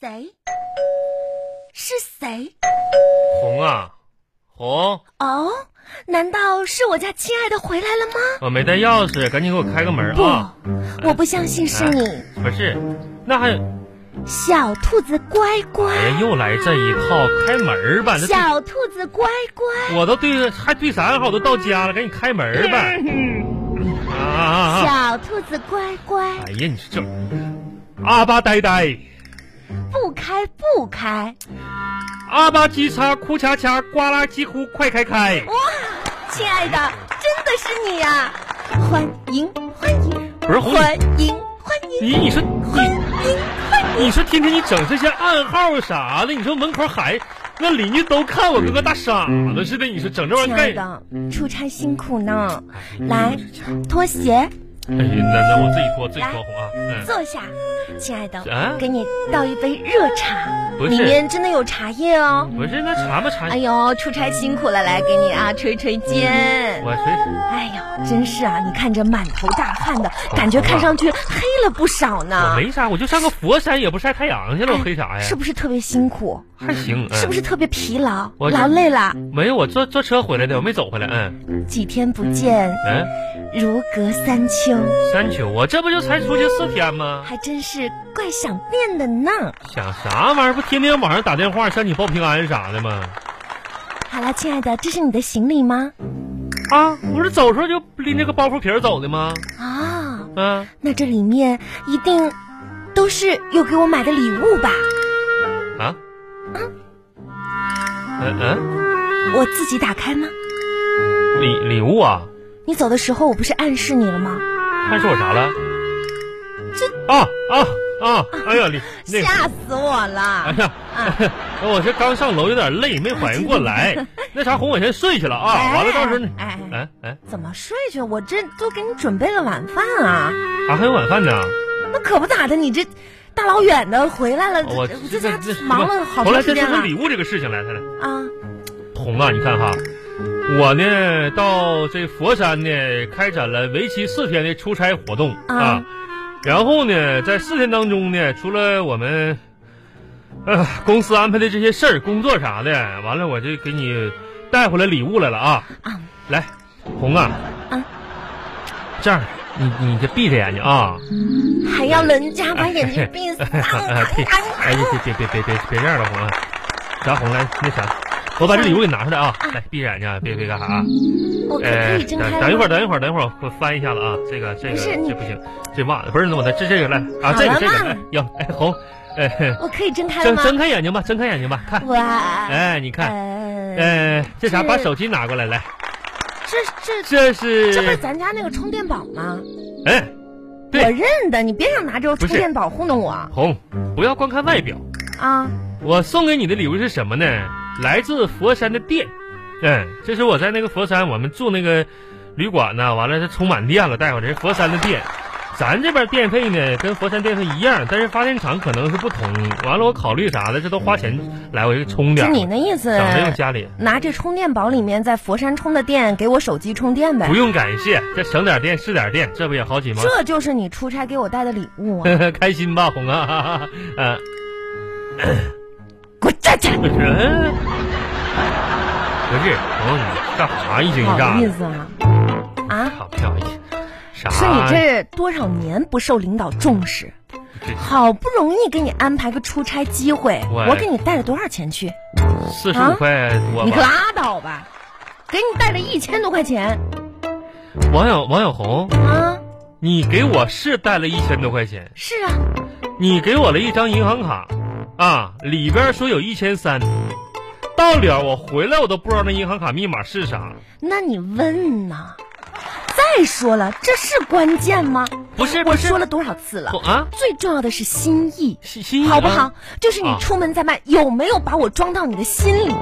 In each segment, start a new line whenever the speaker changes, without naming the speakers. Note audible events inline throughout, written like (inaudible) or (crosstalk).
谁？是谁？
红啊，红，
哦，难道是我家亲爱的回来了吗？
我没带钥匙，赶紧给我开个门啊！
不，我不相信是你，
不是，那还，
小兔子乖乖
哎。呀，又来这一套，开门吧！这对
小兔子乖乖，
我都对，还对啥好？我都到家了，赶紧开门吧！啊啊啊！
小兔子乖乖，
哎呀，你这阿巴呆呆，
不开不开。
阿巴叽嚓，哭嚓嚓，呱啦叽呼，快开开！
哇，亲爱的，真的是你呀、欢迎欢迎
不是红，
欢迎欢迎
你你说你
欢。迎欢迎！
你说天天你整这些暗号啥的，你说门口喊，那邻居都看我跟个大傻子似的。你说整这玩意
亲
儿
爱
干啥？
的，出差辛苦呢，
嗯
来，拖鞋
哎呀，那那我自己脱，自己脱红啊。嗯，
坐下。亲爱的，
啊
给你倒一杯热茶，
不
里
是嗯
面真的有茶叶哦。
不是那查吧查
哎，呦，出差辛苦了，来给你啊，捶捶肩。
我谁？
哎呦，真是啊！你看这满头大汗的，感觉看上去黑了不少
我
呢。
没啥，我就上个佛山也不晒太阳去了，我黑啥呀？
哎是不是特别辛苦？
还行，嗯
是不是特别疲劳、
我
劳累了？
没有，我坐坐车回来的，我没走回来。嗯
几天不见，
嗯，
如隔三秋，
山丘，我这不就才出去四天吗？
还真是怪想念的呢。
想啥玩意儿？不天天晚上打电话向你报平安啥的吗？
好了，亲爱的，这是你的行李吗？
啊，我是走时候就拎着个包袱皮儿走的吗？
啊、
嗯。
那这里面一定都是有给我买的礼物吧？
啊？嗯嗯，
我自己打开吗？
礼礼物啊？
你走的时候我不是暗示你了吗？
还说我啥了？啊啊啊！哎呀，礼那个，
吓死我
哎
了！
呀，
啊
(laughs) 我是刚上楼有点累，没反应过
(laughs)
来。那啥，红，我先睡去了啊。
哎
完了，到时候你，
哎哎
哎哎，
怎么睡去？我这都给你准备了晚饭啊，
啊，还有晚饭呢。
那可不咋的，你这大老远的回来了，
我
这这
这
家
这
忙了好
回
长
来
时
再
间
说
了
说礼物这个事情来，来来，
啊！
红啊，你看哈。我呢，到这佛山呢，开展了为期四天的出差活动
啊
啊，然后呢，在四天当中呢，除了我们，呃，公司安排的这些事儿、工作啥的，完了我就给你带回来礼物来了啊。
啊
来，红啊，
啊
这样，你你这闭着眼睛啊，
还要人家把眼
(laughs)
睛闭上，
哎别哎别别别别别别这样了，红啊，咱红来那啥，我把这礼物给你拿出来啊，来闭着眼睛啊，别别干啥啊。
我可
哎，
可以睁
等
开
等一会
吗
儿，等一会儿，等一会儿，我翻一下子啊，这个这个
不是你
这不行，这袜子不是那么的，这这个来啊，
好
这
了
个这个
嘛
来，要哎红，哎嘿
我可以睁开了
睁
吗？嗯
睁开眼睛吧，睁开眼睛吧，看，
我
哎你看，
呃，
哎这啥，
这
把手机拿过来来，
这这
这
这不是
是
咱家那个充电宝吗？
哎对
我认得，你别想拿这个充
不是
电宝糊弄我
红，不要光看外表，
啊！
我送给你的礼物是什么呢？来自佛山的电，嗯，这是我在那个佛山我们住那个旅馆呢，完了这充满电了，带回来是佛山的电。咱这边电费呢跟佛山电费一样，但是发电厂可能是不同。完了我考虑啥的，这都花钱来，我就充
就
点儿，
你那意思，
省着用家里。
拿这充电宝里面在佛山充的电给我手机充电呗
不，用感谢，这省点电是点电，这不也好几吗？
这就是你出差给我带的礼物啊！
(laughs) 开心吧，红啊！哈哈哈嗯、
滚蛋去！
不是，嗯不是，红、你干啥一惊一
不
乍
好意
的？
思啊啊！
好漂亮，啥？
说你这多少年不受领导重视，
这
好不容易给你安排个出差机会，
我
我给你带了多少钱去？
四十
啊
五块多
你可
吧？
拉倒吧，给你带了一千多块钱
王小王小红，
啊！
你给我是带了一千多块钱，
是啊，
你给我了一张银行卡，啊，里边说有一千三，到了我回来我都不知道那银行卡密码是啥。
那你问呐？再说了，这是关键吗？
不是
我
不是，
说了多少次了？
我啊，
最重要的是心意，
心心意
好不
啊
好？就是你
啊
出门在外，有没有把我装到你的心里？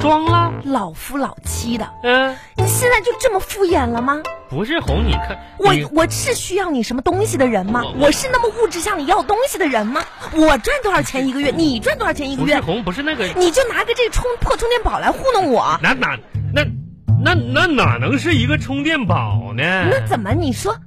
装啊了，
老夫老妻的，
嗯、
你现在就这么敷衍了吗？
不是红，你看
我
你
我是需要你什么东西的人吗？
我
我是那么物质向你要东西的人吗？我赚多少钱一个月，你赚多少钱一个
不是
月，
红，不是那个，
你就拿个这充破充电宝来糊弄我，
哪哪那那那哪能是一个充电宝呢？
那怎么你说？
哎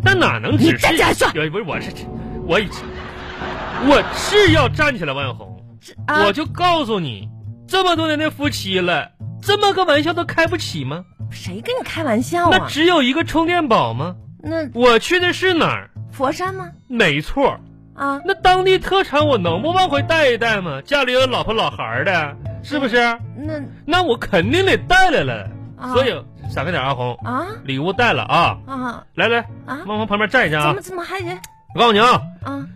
那哪能只是？
你站起来说
有不是我是我一我是要站起来，王小红，
这啊
我就告诉你，这么多年的夫妻了，这么个玩笑都开不起吗？
谁跟你开玩笑
那
啊？
只有一个充电宝吗？
那
我去的是哪儿？
佛山吗？
没错，
啊，
那当地特产我能不往回带一带吗？家里有老婆老孩儿的，是不是？
那
那我肯定得带来了。
啊
所以闪开点啊，红，
啊
礼物带了啊！
啊
来来，
啊，
往旁边站一下
怎
啊
么！怎么还人
我告诉你啊，
啊？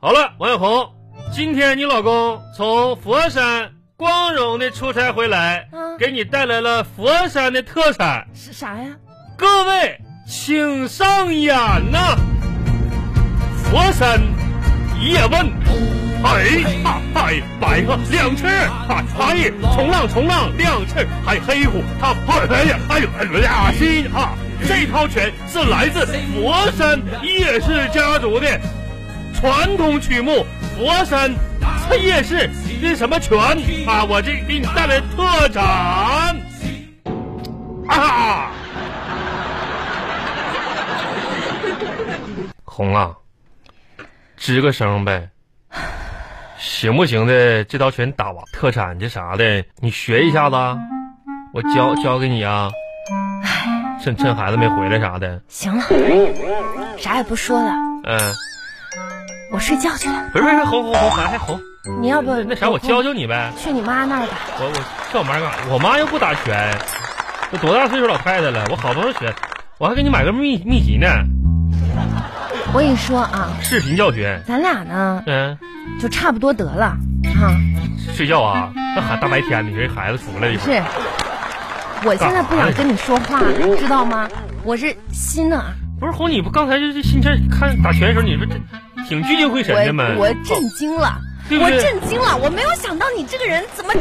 好了，王小红，今天你老公从佛山光荣的出差回来，
啊
给你带来了佛山的特产，
是啥呀？
各位请上眼呐、佛山叶问，哎啊哎，摆个两翅，哎哎，冲浪冲浪两翅，还黑虎，他跑哎呀哎呦哎呦俩心啊！这套拳是来自佛山叶氏家族的传统曲目佛山这夜市这什么拳啊？我这给你带来特产啊！红啊，吱个声呗，行不行的？这道拳打完，特产这啥的，你学一下子啊，我教教给你啊。趁趁孩子没回来啥的，
行了，啥也不说了，
嗯，
我睡觉去了。
不是不是，红红红，还还红，
你要不
那啥，我教教你呗。
去你妈那儿吧？
我我上我妈干啥？我妈又不打拳，都多大岁数老太太了，我好不容易学，我还给你买个秘秘籍呢，
我跟你说啊，
视频教学。
咱俩呢
嗯，
就差不多得了啊。
睡觉啊，那孩大白天的，你这孩子出来一会儿，
是，我现在不想跟你说话，知道吗？我这心呢，
不是红，你不刚才这这心这看打拳的时候，你不这挺聚精会神的吗？
我我震惊了。
对不
我
对
震惊了，我没有想到你这个人怎么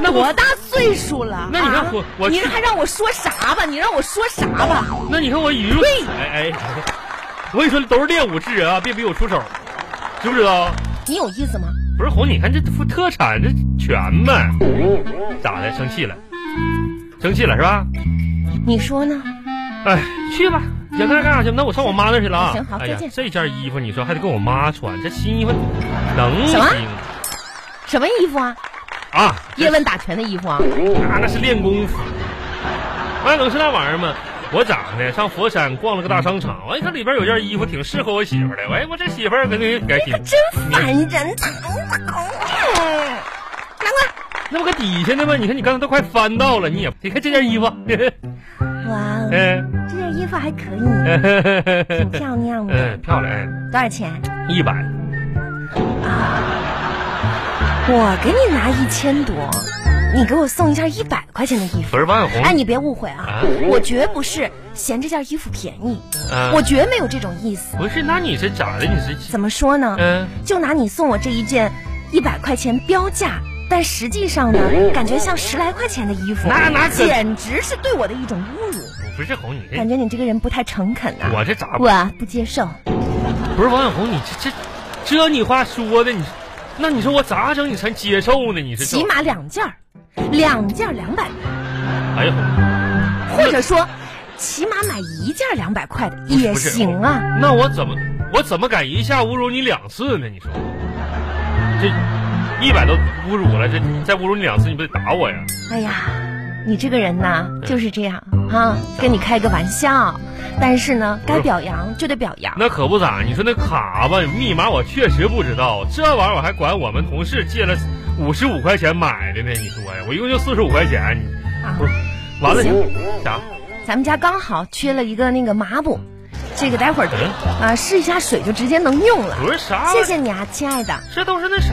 那我
多大岁数了？
那你看我
啊
我
你
去
还让我说啥吧？你让我说啥吧？
那你看我语入，
对
哎哎，我跟你说都是练武之人啊，别逼我出手，知不知道？
你有意思吗？
不是红，你看这副特产这拳呗，咋的？生气了？生气了是吧？
你说呢？
哎，去吧，想干啥干啥去。那我上我妈那儿去了啊。
行好
哎呀
再见，
这件衣服你说还得跟我妈穿，这新衣服能
什
行
么什么衣服啊？
啊？
叶问打拳的衣服啊？
那那是练功夫，那能是那玩意儿吗？我咋的？上佛山逛了个大商场，我一看里边有件衣服挺适合我媳妇儿的，哎，我这媳妇儿肯定该心。
真烦人！哎难怪
那不搁底下呢吗？你看你刚才都快翻到了，你也你看这件衣服， (laughs)
哇哦，
嗯、
这件衣服还可以，挺漂亮的。
嗯，漂亮，哎
多少钱？
一百。
我给你拿一千多，你给我送一件一百块钱的衣服。
不是王小红，
哎，你别误会啊
啊，
我绝不是嫌这件衣服便宜，
啊
我绝没有这种意思。
不是，那你是咋的？你是
怎么说呢？
嗯。
就拿你送我这一件一百块钱标价，但实际上呢，感觉像十来块钱的衣服，
那那可
简直是对我的一种侮辱。
不是红，你这
感觉你这个人不太诚恳啊，
我这咋不
哎我不接受。
不是王小红？你这这这你话说的，你那你说我咋整你才接受呢？你是
起码两件儿，两件两百，
哎呀，红
或者说，起码买一件两百块的也
不是
行啊。
那我怎么我怎么敢一下侮辱你两次呢？你说这一百都侮辱了，这再侮辱你两次，你不得打我呀？
哎呀，你这个人呐，就是这样啊，跟你开个玩笑，但是呢，该表扬就得表扬。
那可不咋，你说那卡吧密码我确实不知道，这玩意儿我还管我们同事借了五十五块钱买的呢。你说呀，我一共就四十五块钱，你
啊
不是完了
行
啥？
咱们家刚好缺了一个那个抹布，这个待会儿
嗯
啊试一下水就直接能用了。
不是啥？
谢谢你啊，亲爱的。
这都是那啥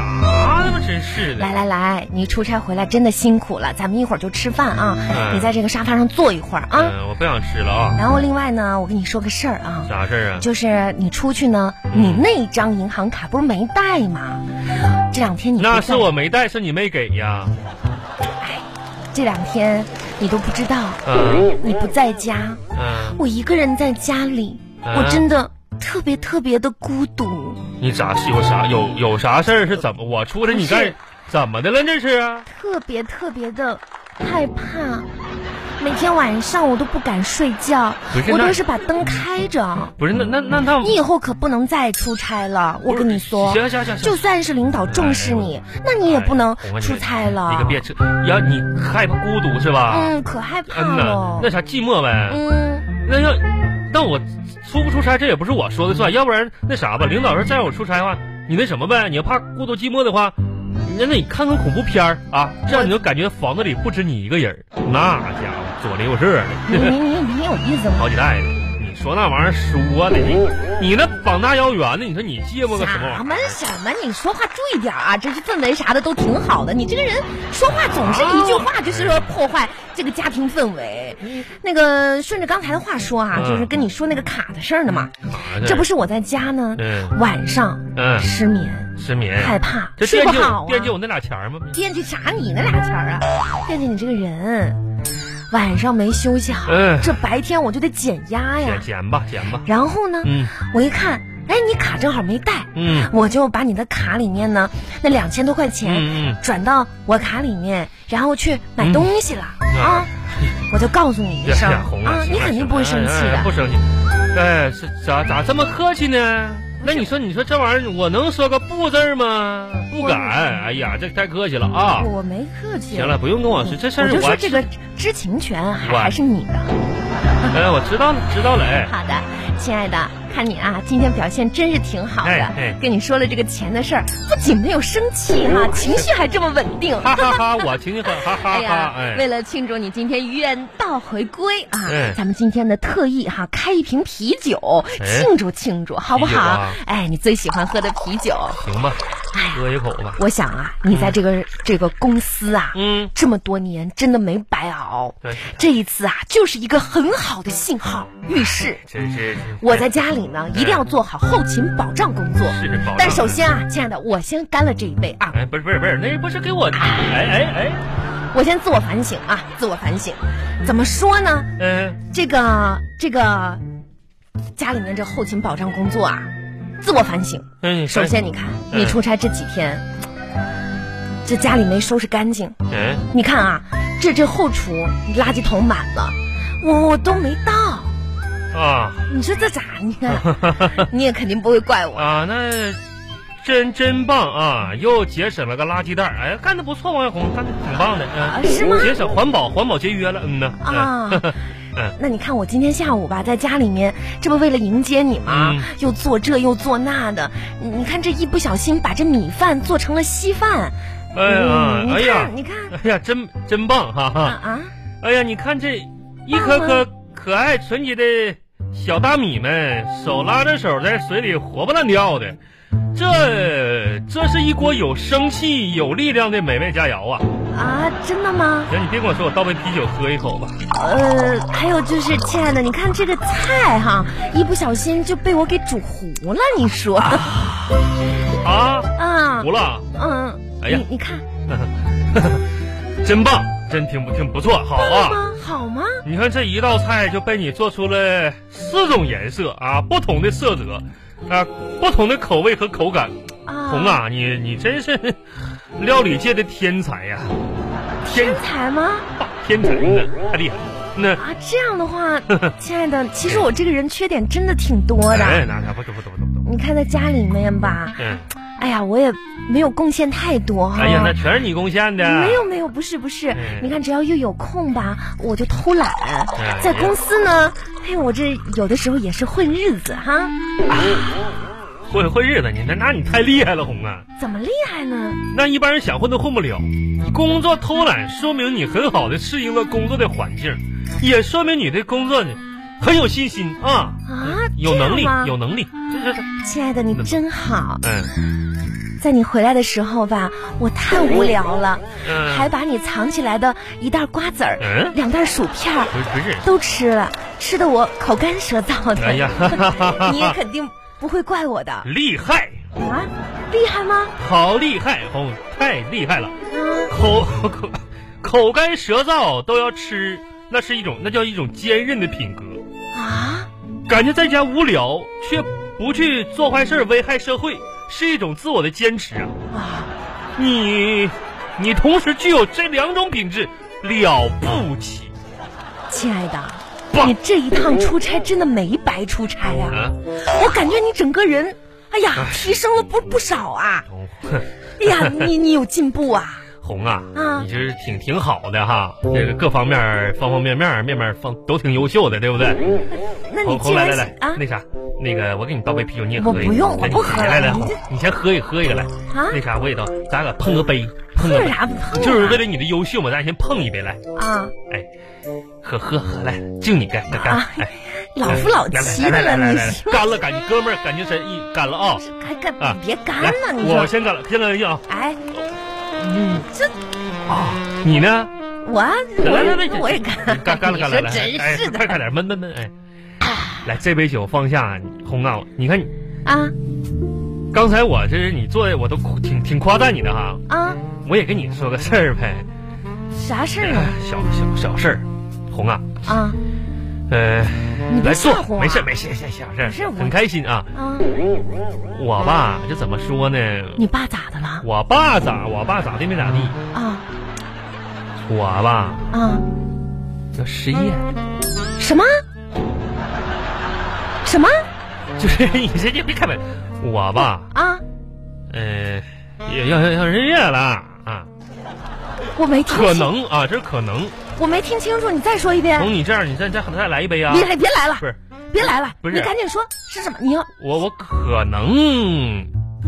他妈真是的。
来来来，你出差回来真的辛苦了，咱们一会儿就吃饭啊。
嗯
你在这个沙发上坐一会儿啊。
嗯，我不想吃了啊。
然后另外呢，我跟你说个事儿啊，
啥事儿啊？
就是你出去呢，你那张银行卡不是没带吗？这两天你不
那
在
是我没带，是你没给呀？
这两天你都不知道，
嗯
你不在家，
嗯，
我一个人在家里，
嗯
我真的特别特别的孤独，
你咋是有啥有有啥事儿是怎么？我出来你
不是
干怎么的了？这是啊？
特别特别的害怕。每天晚上我都不敢睡觉
不是，
我
那
都是把灯开着。
不是那那那那，
你以后可不能再出差了，我跟你说。
行行行，行
就算是领导重视你，那你也不能
哎我问你
出差了。
你可别吃，要你害怕孤独是吧？
嗯，可害怕
嗯呐
了，。
那啥寂寞呗。
嗯，
那要，那我出不出差这也不是我说的算，要不然那啥吧，领导说再让我出差的话，你那什么呗，你要怕孤独寂寞的话，那那你看看恐怖片儿啊，这样你就感觉房子里不止你一个人儿，那家伙左邻右舍
你
的， (laughs)
你你你有意思吗？
好几代的。你说那玩意儿说的，你你那膀大腰圆的，你说你芥末个什么玩意
什
儿？
么什么？你说话注意点啊！这是氛围啥的都挺好的，你这个人说话总是一句话就是说破坏这个家庭氛围。那个顺着刚才的话说啊，
嗯
就是跟你说那个卡的事儿呢嘛。
啥呀
这不是我在家呢，
嗯
晚上
嗯
失眠，
失眠，
害怕，
嗯这
睡
惦
不
记
好
我
啊。
惦记我那俩钱儿吗？
惦记啥你那俩钱儿啊？惦记你这个人，晚上没休息好，
嗯
这白天我就得减压呀
捡。捡吧捡吧，
然后呢，
嗯
我一看，哎，你卡正好没带，
嗯
我就把你的卡里面呢那两千多块钱
嗯嗯，
转到我卡里面，然后去买东西了、啊。我就告诉你一
这
声
脸红啊
啊，，你肯定不会生气
哎哎不
的。
生气。哎，这咋咋这么客气呢？那你说，你说这玩意儿，我能说个不字儿吗？不敢。哎呀，这太客气了啊！
我没客气。
行了，，不用跟我说这事儿
我，就
我
说这个知情权还
我
还是你的。
哎，我知道了，知道了。哎，
好的，亲爱的，看你啊，今天表现真是挺好的。
哎哎
跟你说了这个钱的事儿，不仅没有生气哈、情绪还这么稳定。
哈哈哈，我请你喝，哈哈
哎
哈
呀，，
哎，
为了庆祝你今天远道回归啊，
哎
咱们今天呢特意哈、开一瓶啤酒
哎
庆祝庆祝，好不
啤酒
好？
啊
哎，你最喜欢喝的啤酒，
行吧，
哎呀，
喝一口吧。
我想啊，你在这个、这个公司啊，
嗯，
这么多年真的没白熬，
对，
这一次啊就是一个很好的信号预示。
真是
我在家里呢，一定要做好后勤保障工作。
哎是保障
但首先啊，亲爱的，我先干了这一杯啊，
哎，不是不是不是，那不是给我，哎哎哎，
我先自我反省啊，自我反省。怎么说呢？
嗯，
这个这个家里面这后勤保障工作啊，自我反省。
哎，
首先，你看
嗯
你出差这几天，这家里没收拾干净。
哎，
你看啊，这这后厨垃圾桶满了，我我都没倒。
啊。
你说这咋？你看，
(laughs)
你也肯定不会怪我。
啊，那真真棒啊！又节省了个垃圾袋儿，哎，干得不错，王小红，干得挺棒的，嗯、
啊是吗
节省环保，环保节约了，嗯呐，
啊
嗯，
那你看我今天下午吧，在家里面，这不为了迎接你吗？
嗯
又做这又做那的，你你看这一不小心把这米饭做成了稀饭。
哎呀，
嗯
哎
你
呀
看，，你看
哎呀，真真棒，哈
啊
哈！
啊，
哎呀，你看这一颗颗可爱纯洁的小大米们，手拉着手在水里活蹦乱跳的，这这是一锅有生气、有力量的美味佳肴啊！
啊，真的吗？
行，你别跟我说，我倒杯啤酒喝一口吧。
呃，还有就是，亲爱的，你看这个菜哈，一不小心就被我给煮糊了，你说
啊，
啊，
服了。
嗯，
哎呀
你你看，
真棒，真挺不挺不错，好
棒
啊！
吗？好吗？
你看这一道菜就被你做出了四种颜色啊，不同的色泽，啊，不同的口味和口感。
啊，
红，啊，你你真是料理界的天才呀、天
天才吗？
霸天才呢，太厉害了。那
啊，这样的
(laughs)
话，亲爱的，其实我这个人缺点真的挺多的。
哎，那那不不不不不，
你看在家里面吧，
嗯，
哎呀，我也没有贡献太多哈。
哎呀，那全是你贡献的。
哦没有没有，不是不是
嗯，
你看只要又有空吧，我就偷懒
哎，
在公司呢，哎，我这有的时候也是混日子哈。
混混日子，你那那你太厉害了，红啊！
怎么厉害呢？
那一般人想混都混不了。工作偷懒，说明你很好的适应了工作的环境，也说明你对工作呢很有信心啊，
啊，
有能
这
力
样吗，
有能力，这这这，
亲爱的，你真好，
嗯
在你回来的时候吧，我太无聊了，
嗯，
还把你藏起来的一袋瓜子儿、
嗯
两袋薯片儿
不是不是，
都吃了，吃的我口干舌燥的。
哎呀，哈哈哈哈
(laughs) 你也肯定不会怪我的啊，
厉害，
厉害吗？
好厉害，红太厉害了，
啊，
口口口干舌燥都要吃，那是一种那叫一种坚韧的品格。
啊，
感觉在家无聊却不去做坏事儿危害社会，是一种自我的坚持啊。
啊，
你，你同时具有这两种品质，了不起！
亲爱的，
爸
你这一趟出差真的没白出差啊！
啊，
我感觉你整个人，哎呀，提升了不不少啊！
红
哎呀，你你有进步啊！
红啊，
啊
你就是挺挺好的哈，这个各方面儿方方面面儿面面儿方都挺优秀的，对不对？
那你
红
既
红来
然
来
是
来
啊
那啥，那个我给你倒杯啤酒，你也
我
喝一个。
不用我
来
不喝
来来来，
了
红
你这
你先喝一喝一个来。
啊
那啥，我也倒，咱俩碰个杯，碰个
碰
杯
啥碰啊，
就是为了你的优秀嘛，咱俩先碰一杯来。
啊，
哎，喝喝喝，来，敬你干干干
啊，
哎，
老夫老
来
妻的
来来来
了，
来
你
来来，干了，感觉哥们儿，感觉真意，干了啊！
还干
啊
别干
来
了，，你
我
说，
先干了，先干了一啊
哎，嗯，这
啊！你呢？
我
来来来，
我我也干，
干干了干了，
你
来，
说真
哎
是，的
快快点，闷闷闷，哎，来这杯酒放下，红啊，你看你
啊
刚才我这是你做的，我都夸挺挺夸赞你的哈，
啊，
我也跟你说个事儿呗，
啥事儿
哎小小小事儿，红啊，
啊？啊，
呃，
你
来
别
坐
吓唬，我，
没事没事，小事儿
不是我
很开心啊，
啊，
我吧就怎么说呢，
你爸咋的了？
我爸咋我爸咋地没咋地，
啊
我吧
啊，
就失业，
嗯什么？什么
就是你这这别开门，我吧。
啊？
呃，也要要要失业了啊，
我没听清
可，能啊，这是可能。
我没听清楚，你再说一遍。
从你这样，你再再再来一杯啊？
别来，别来了
不，是，
别来了，
不是
你赶紧说是什么？你要
我我可能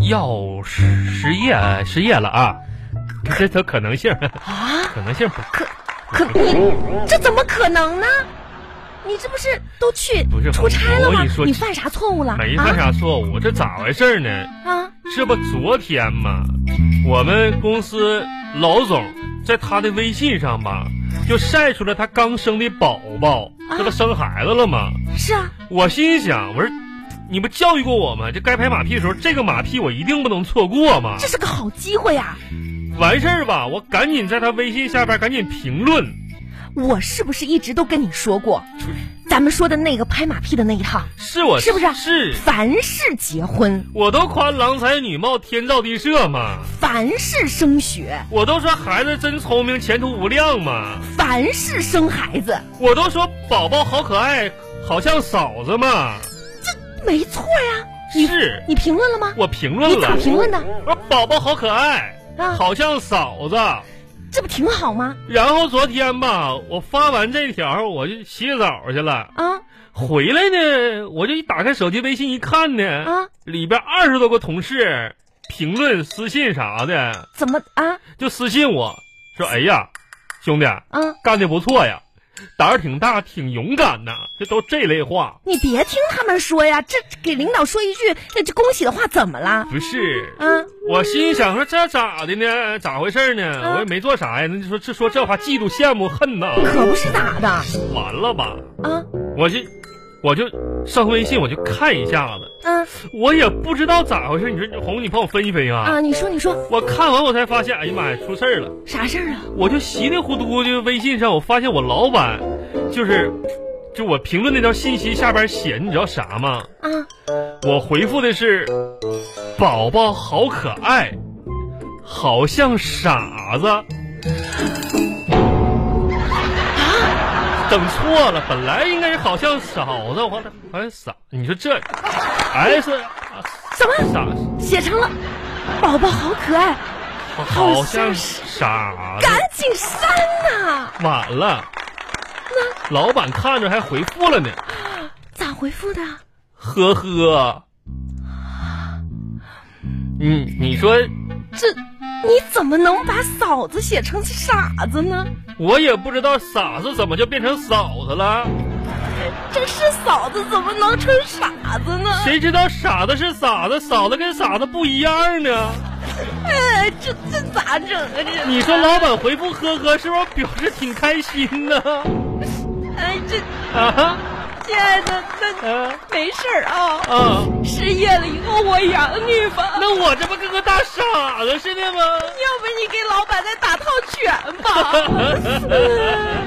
要失失业失业了啊，这都可能性， (laughs)
啊？
可能性不
可可你这怎么可能呢？你这不是都去
不是
出差了
我
吗
跟你？说
你犯啥错误了？
没犯啥错误，这咋回事呢？
啊啊
这不昨天嘛，我们公司老总在他的微信上吧，就晒出了他刚生的宝宝，这不生孩子了吗？
是啊
我心想，我说，你不教育过我吗？这该拍马屁的时候，这个马屁我一定不能错过嘛
这。是个好机会啊呀、
完事儿吧，我赶紧在他微信下边赶紧评论，
我是不是一直都跟你说过，咱们说的那个拍马屁的那一趟，
是我
是不是
是，
凡是结婚，
我都夸郎才女貌，天造地设嘛，
凡是升学，
我都说孩子真聪明，前途无量嘛，
凡是生孩子，
我都说宝宝好可爱，好像嫂子嘛，
没错呀。你
是
你评论了吗？
我评论
你咋
了，
评论的？
我说宝宝好可爱，
啊，
好像嫂子。
这不挺好吗？
然后昨天吧，我发完这条，我就洗澡去了。
啊
回来呢，我就一打开手机微信一看呢，
啊，
里边二十多个同事评论、私信啥的，
怎么啊
就私信我说：“哎呀，兄弟，
啊？
干的不错呀，胆儿挺大，挺勇敢呐。”就都这类话。
你别听他们说呀，这给领导说一句那这恭喜的话怎么了？
不是，
啊，
我心想说这咋的呢？咋回事呢？
啊
我也没做啥呀。那就说这说这话，嫉妒、羡慕、恨呐，
可不是咋的
完了吧？
啊
我就我就上微信我就看一下子，
啊
我也不知道咋回事。你说红，你帮我分析分析啊
啊！你说你说
我看完我才发现，哎呀妈呀，出事儿了！
啥事儿啊？
我就稀里糊涂就微信上，我发现我老板，就是，就我评论那条信息下边写，你知道啥吗？
啊，
我回复的是，宝宝好可爱，好像傻子。 (laughs) 整错了，本来应该是好像嫂子，我好像傻。你说这 S
怎么
傻，
写成了？宝宝好可爱，
好像傻子。
赶紧删呐、
晚了，老板看着还回复了呢，
咋回复的？
呵呵。嗯，你说
这你怎么能把嫂子写成傻子呢？
我也不知道傻子怎么就变成嫂子了？
这是嫂子怎么能成傻子呢？
谁知道傻子是傻子，嫂子跟傻子不一样呢？
哎，这这咋整啊？这
你说老板回复呵呵，是不是表示挺开心呢？
哎，这
啊
亲爱的，那
啊
(laughs) 没事儿啊，
啊！
失业了以后我养你吧。
那我这不跟个大傻子似的吗？
要不你给老板再打套拳吧。 (laughs)